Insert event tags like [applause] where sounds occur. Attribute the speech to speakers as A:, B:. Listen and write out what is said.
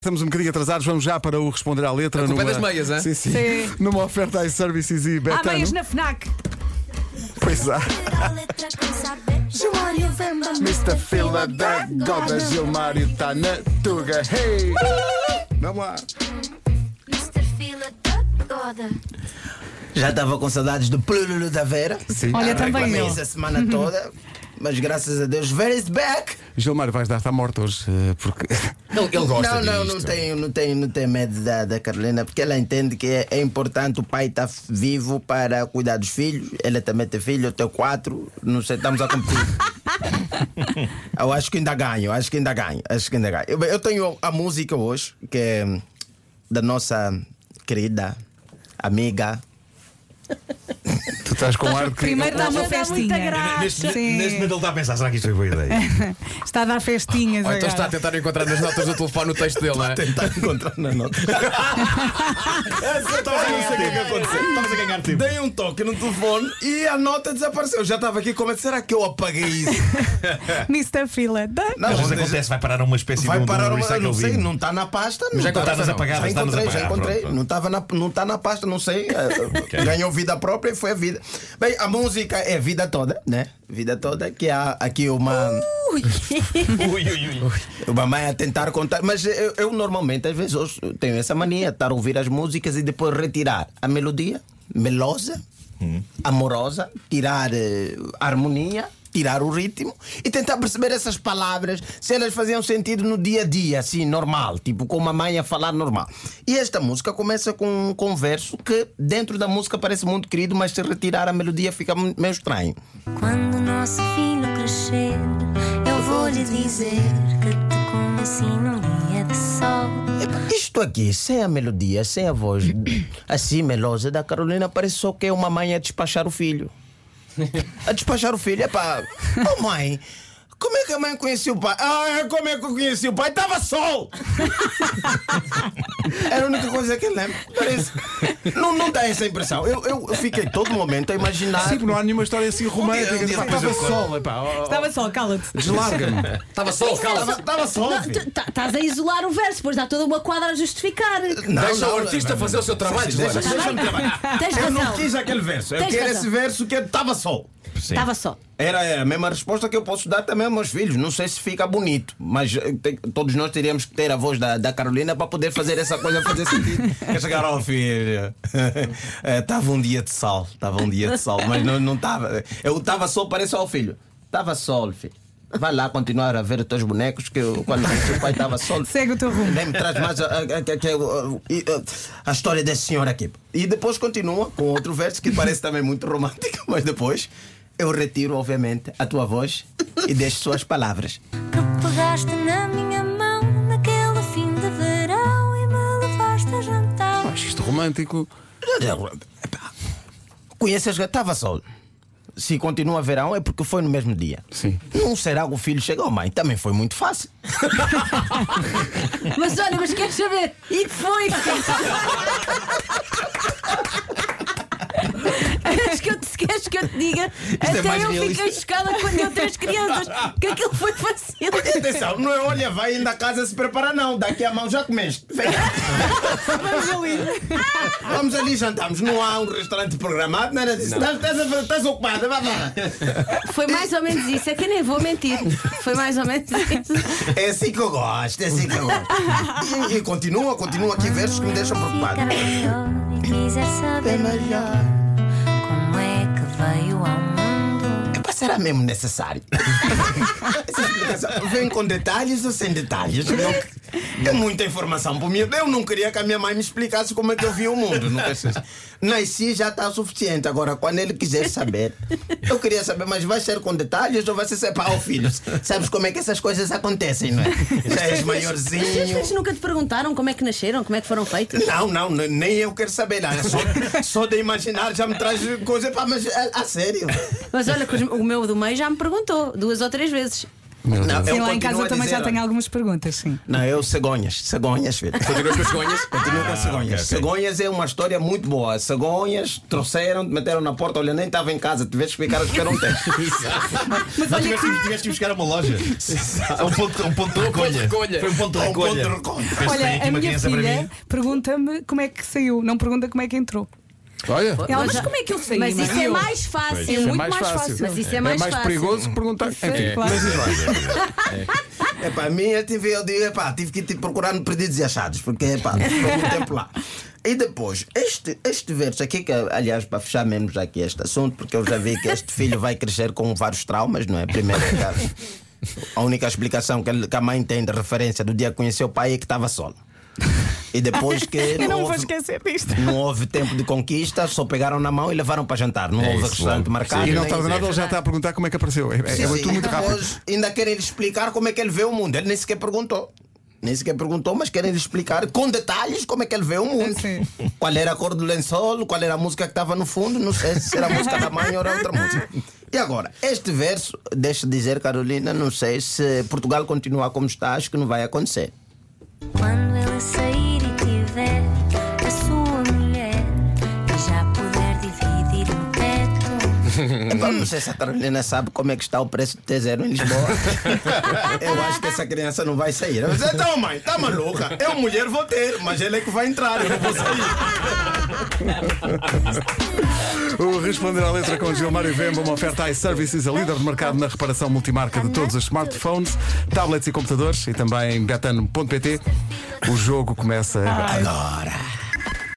A: Estamos um bocadinho atrasados, vamos já para o responder à letra.
B: A culpa é
A: numa...
B: das meias, hã?
A: Sim, sim,
C: Sim.
A: Numa oferta iServices e
C: Há
A: Betano.
C: meias na FNAC.
A: Pois há.
D: Gilmário vem da
A: Mr. Fila da Goda, Gilmário tá na Tuga. Hey! Vamos lá.
D: Mr. Fila da Goda.
E: Já estava com saudades do Plululu da Vera.
A: Sim.
C: Olha, tá-
A: Ah,
C: também
E: Reclamei
C: eu.
E: isso a
B: Uhum.
E: semana toda. Mas graças a Deus, Vera is back!
A: Gilmário, vais dar-te à morte hoje, eh, porque. [laughs]
B: Ele, ele gosta
E: não, não,
B: disto.
E: não tenho, não tenho, não tenho medo da, da Carolina, porque ela entende que é, é importante o pai estar vivo para cuidar dos filhos. Ela também tem filho, eu tenho quatro, não sei, estamos
B: [laughs]
E: a competir. eu acho que ainda ganho, acho que ainda ganho, acho que ainda ganho. Eu, eu tenho a música hoje, que é da nossa querida amiga.
A: Tu estás com um ar de que.
C: Primeiro dá uma
F: Hoje dá muita
C: festinha.
F: graça.
G: Neste,
C: Sim.
G: neste momento ele está a pensar, será que isto foi boa ideia?
C: Está a dar festinhas
B: Ou então está a
C: agora.
B: tentar encontrar nas notas do telefone o texto dele, não é?
E: Tentar encontrar na [laughs] nota. É, tá
G: Estavas a ganhar tempo. Estavas a ganhar tempo.
E: Dei um toque no telefone e a nota desapareceu. Eu Já estava aqui como é que será que eu apaguei isso?
C: Mr. Fila.
E: [laughs]
C: da-
E: Não,
G: Às vezes
E: Tá deixa-
G: acontece, vai parar uma espécie
E: Vai
G: de um,
E: parar
G: de
E: uma.
G: um
E: é eu
G: recycle
E: Não sei,
G: bin. [laughs]
E: não está na pasta. não
G: já
E: tá-
G: está nas apagadas,
E: Já
G: está nas
E: encontrei, já
G: apagadas,
E: encontrei.
G: pronto.
E: Não estava na, não tá na pasta, não sei. eh, Ganhou vida própria e foi a vida. Bem, a música é vida toda, né? Vida toda, que há aqui uma.
G: Ui, ui, ui.
E: Uma mãe a tentar contar. Mas eu, eu normalmente, às vezes, ouço- tenho essa mania de estar a ouvir as músicas e depois retirar a melodia, melosa, amorosa, tirar eh, a harmonia, tirar o ritmo e tentar perceber essas palavras, se elas faziam sentido no dia a dia, assim, normal, tipo com uma mãe a falar normal. E esta música começa com um converso que dentro da música parece muito querido, mas se retirar a melodia fica mu- meio estranho.
D: Quando o nosso filho crescer, eu vou lhe dizer que te conheci num dia de sol.
E: Epá, Isto aqui, sem a melodia, sem a voz assim melosa da Carolina, parece só que é uma mãe a despachar o filho. A despachar o filho. Epá, oh mãe, como é que a mãe conheceu o pai? Ah, como é que eu conheci o pai? Estava sol! Era a única coisa que eu lembro. Parece. Não, não dá essa impressão. Eu, eu eu fiquei todo momento a imaginar.
A: Sim, não há nenhuma história assim romântica.
E: um dia
A: Pá,
E: depois
A: Estava
E: eu
A: sol, epá. ó, ó,
C: Estava só, cala-te.
A: Deslarga-me.
B: Estava só o calma.
E: Estava sol.
F: Não,
E: filho.
F: tu- tá- Estás a isolar o verso, pois dá toda uma quadra a justificar.
E: Não,
B: Deixa
E: não,
B: o artista
E: não,
B: fazer o seu trabalho,
E: Deixa-
B: Joana.
E: Deixa-me trabalhar.
F: Tens
E: Eu não
F: razão.
E: quis aquele verso. Eu
F: Tens
E: quero
F: razão.
E: esse verso que estava sol.
F: Estava só.
E: Era a mesma resposta que eu posso dar também aos meus filhos. Não sei se fica bonito, mas eh, tem- todos nós teríamos que ter a voz da, da Carolina para poder fazer essa coisa fazer sentido. Quer chegar ao [laughs] filho. [laughs] Estava um dia de sol, estava um dia de sol, mas não não estava. eu estava sol, parece ao filho. Estava sol, filho. Vai lá continuar a ver os teus bonecos, que eu- quando o teu pai estava sol.
C: Segue o teu rumo.
E: Nem me traz mais a, a- a- que- a- a- a história desse senhor aqui. E depois continua com outro verso que parece também muito romântico, mas depois eu retiro, obviamente, a tua voz e deixo suas palavras.
D: Que pegaste na minha mão naquele fim de verão e me levaste a jantar.
A: Acho isto romântico.
E: Conheces que estava sol. Se continua verão é porque foi no mesmo dia.
A: Sim.
E: Não será que o filho chegou, mãe? Também foi muito fácil.
F: Mas olha, mas queres saber? E foi! Queres que, eu te, queres que eu te diga? Até
E: é mais
F: eu fiquei
E: realista.
F: chocada quando eu tenho as crianças, que aquilo foi fácil.
E: Atenção, não é olha, vai ainda a casa se preparar, não. Daqui a mão já comeste. Vem.
C: Vamos ali.
E: Vamos ali jantarmos. Não há um restaurante programado, é? nada disso. Estás, estás, a- estás ocupada, vá lá.
F: Foi mais ou menos isso, é que eu nem vou mentir. Foi mais ou menos isso.
E: É assim que eu gosto, é assim que eu gosto. E, e continua, continua aqui versos que me deixam preocupado.
D: Ficar melhor e quiser saber melhor como é que veio ao mundo.
E: Epá, Será É mesmo necessário? Essa explicação Vem com detalhes ou sem detalhes? Não- é muita informação para mim. Eu não queria que a minha mãe me explicasse como é que eu via o mundo. Não sei se- Nasci já está suficiente. Agora, quando ele quiser saber, eu queria saber, mas vai ser com detalhes ou vai ser separar os filhos? Sabes como é que essas coisas acontecem, não é? Já és
F: Os teus
E: maiorzinho.
F: filhos nunca te perguntaram como é que nasceram, como é que foram feitos?
E: Não, não, n- nem eu quero saber. Ah, Só, só de imaginar já me traz coisa para. Mas a, a sério.
F: Mas olha, que os- o meu do meio já me perguntou duas ou três vezes.
A: Meu
E: Não,
A: Deus.
E: eu
C: Sim, lá
E: continuo
C: em casa
E: a
C: eu também
E: dizer-
C: já tenho algumas perguntas, sim.
E: Não, eu cegonhas, cegonhas, filho.
B: Continuas
E: [laughs]
B: com as cegonhas? Ah,
E: Continuo com cegonhas.
G: ok, ok.
E: Cegonhas é uma história muito boa. Cegonhas trouxeram, te meteram na porta, olha, nem estava em casa, tiveste que ficar a esperar um tempo.
G: Mas Nós tiveste, tiveste que ir buscar a uma loja.
E: [laughs] É
G: A um ponto, a um ponto de
B: de
G: recolha.
B: recolha.
G: Foi um ponto
E: Ao
G: de
E: É ponto de
G: recolha.
E: recolha.
G: Penso que tem
C: Olha,
G: aqui
C: a
G: uma
C: minha
G: criança para
C: filha
G: mim.
C: pergunta-me como é que saiu, não pergunta como é que entrou.
A: Olha,
C: Ela,
F: Mas
C: mas,
F: já-
C: como é que eu saí?
F: Mas
C: mãe?
F: isso é
C: Eu-
F: mais
G: Pois.
F: fácil.
C: É
A: é
C: muito
A: mais
C: mais
A: fácil.
C: fácil.
F: Mas isso é mais fácil.
A: perigoso que perguntar. Enfim,
C: claro.
A: mas diz lá.
E: Epá, a minha eu tive, eu digo, epá, tive que te procurar no Perdidos e Achados, porque
C: [laughs]
E: epá, ficou muito tempo lá. E depois, este, este verso aqui, que aliás, para fechar mesmo já aqui este assunto, porque eu já vi que este filho vai crescer com vários traumas, não é? Primeiro, cara, a única explicação que, ele- que a mãe tem de referência do dia que conheceu o pai é que estava solo. E depois que.
C: [laughs] Eu não vou
E: houve-
C: esquecer disto.
E: Não houve tempo de conquista, só pegaram na mão e levaram para jantar. Não houve
G: isso,
E: restaurante
G: logo.
E: marcado.
A: E não
E: nem-
A: tarda nada, ele já está a perguntar como é que apareceu. É, é,
E: Sim,
A: é
E: sim.
A: tudo muito
E: E
A: rápido.
E: depois ainda querem lhe explicar como é que ele vê o mundo. Ele nem sequer perguntou. Nem sequer perguntou, mas querem lhe explicar com detalhes como é que ele vê o mundo.
C: Sim.
E: Qual era a cor do lençol, qual era a música que estava no fundo, não sei se era a música da mãe ou era outra música. E agora, este verso, deixa de dizer, Carolina, não sei se Portugal continuar como está, acho que não vai acontecer.
D: Quando ele sair e tiver a sua mulher e já puder dividir um teto.
E: Então, não sei se a Carolina sabe como é que está o preço do T0 em Lisboa. [laughs] Eu acho que essa criança não vai sair. Eu disse, então, mãe, tá maluca? Eu, mulher, vou ter, mas ele é que vai entrar, eu não vou sair.
A: O Responder à Letra com Gilmário Vemba, uma oferta iServices, a líder de mercado na reparação multimarca de todos os smartphones, tablets e computadores e também betano.pt. O jogo começa agora.
E: Agora.